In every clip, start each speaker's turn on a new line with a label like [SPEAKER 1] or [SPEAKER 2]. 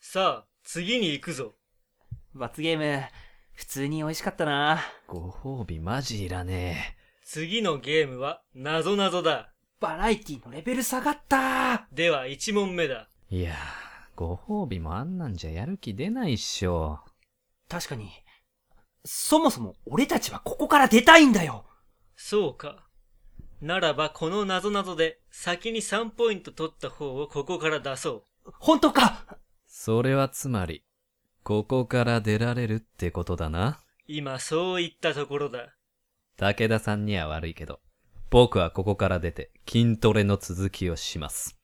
[SPEAKER 1] さあ、次に行くぞ。
[SPEAKER 2] 罰ゲーム、普通に美味しかったな。
[SPEAKER 3] ご褒美マジいらね
[SPEAKER 1] 次のゲームは、なぞなぞだ。
[SPEAKER 2] バラエティのレベル下がった
[SPEAKER 1] では、1問目だ。
[SPEAKER 3] え。いやー、ご褒美もあんなんじゃやる気出ないっしょ。
[SPEAKER 2] 確かに。そもそも俺たちはここから出たいんだよ
[SPEAKER 1] そうか。ならば、このなぞなぞで、先に3ポイント取った方をここから出そう。
[SPEAKER 2] 本当か
[SPEAKER 3] それはつまり、ここから出られるってことだな。
[SPEAKER 1] 今、そう言ったところだ。
[SPEAKER 3] 武田さんには悪いけど、僕はここから出て筋トレの続きをします。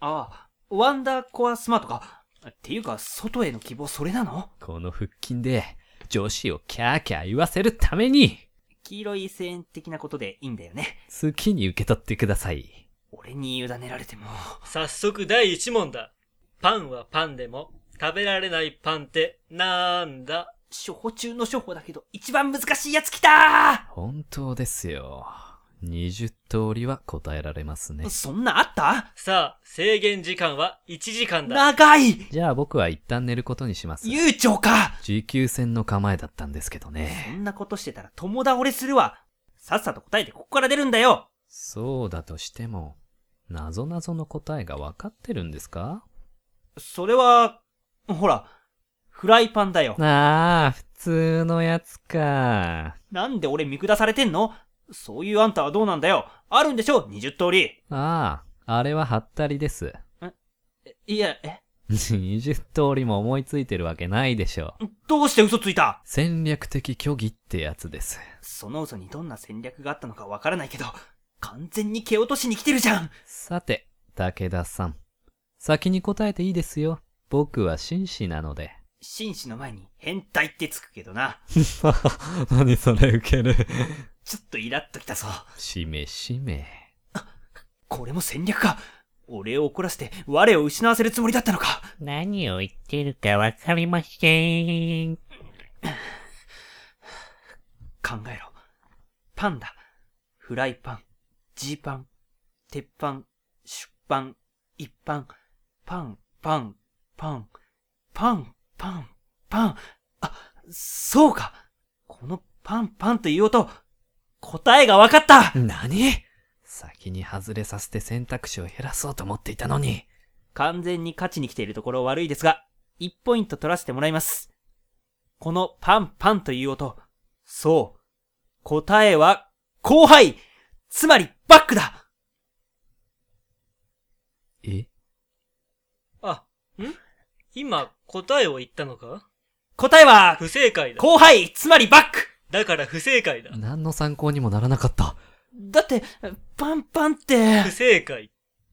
[SPEAKER 2] ああ、ワンダーコアスマートか。っていうか、外への希望それなの
[SPEAKER 3] この腹筋で、女子をキャーキャー言わせるために、
[SPEAKER 2] 黄色い声援的なことでいいんだよね。
[SPEAKER 3] 好きに受け取ってください。
[SPEAKER 2] 俺に委ねられても。
[SPEAKER 1] 早速、第1問だ。パンはパンでも、食べられないパンって、なんだ
[SPEAKER 2] 処方中の処方だけど、一番難しいやつ来た
[SPEAKER 3] 本当ですよ。20通りは答えられますね
[SPEAKER 2] ー。そんなあった
[SPEAKER 1] さあ、制限時間は1時間だ。
[SPEAKER 2] 長い
[SPEAKER 3] じゃあ僕は一旦寝ることにします。
[SPEAKER 2] 悠長か
[SPEAKER 3] 持久戦の構えだったんですけど
[SPEAKER 2] そ
[SPEAKER 3] ね。
[SPEAKER 2] んなことしてたら友倒れするわ。さっさと答えてここから出るんだよ
[SPEAKER 3] そうだとしても、謎々の答えが分かってるんですか
[SPEAKER 2] それは、ほら、フライパンだよ。
[SPEAKER 3] ああ、普通のやつか。
[SPEAKER 2] なんで俺見下されてんのそういうあんたはどうなんだよ。あるんでしょ ?20 通り。
[SPEAKER 3] ああ、あれはハったりです。
[SPEAKER 2] いや、え、
[SPEAKER 3] 20通りも思いついてるわけないでしょう。
[SPEAKER 2] どうして嘘ついた
[SPEAKER 3] 戦略的虚偽ってやつです。
[SPEAKER 2] その嘘にどんな戦略があったのかわからないけど、完全に蹴落としに来てるじゃん
[SPEAKER 3] さて、武田さん。先に答えていいですよ。僕は紳士なので。
[SPEAKER 2] 紳士の前に変態ってつくけどな。
[SPEAKER 3] 何それウケる。
[SPEAKER 2] ちょっとイラっときたぞ。
[SPEAKER 3] しめしめ。
[SPEAKER 2] これも戦略か俺を怒らせて我を失わせるつもりだったのか
[SPEAKER 4] 何を言ってるかわかりません。
[SPEAKER 2] 考えろ。パンだ。フライパン、ジーパン、鉄板、出版、一般、パン、パン、パン、パン、パン、パン。あ、そうか。このパンパンという音、答えがわかった
[SPEAKER 3] 何先に外れさせて選択肢を減らそうと思っていたのに。
[SPEAKER 2] 完全に勝ちに来ているところ悪いですが、1ポイント取らせてもらいます。このパンパンという音。そう。答えは、後輩つまり、バックだ
[SPEAKER 3] え
[SPEAKER 1] あ、ん今、答えを言ったのか
[SPEAKER 2] 答えは、
[SPEAKER 1] 不正解だ。
[SPEAKER 2] 後輩つまりバック
[SPEAKER 1] だから不正解だ。
[SPEAKER 3] 何の参考にもならなかった。
[SPEAKER 2] だって、パンパンって
[SPEAKER 1] 不、正解。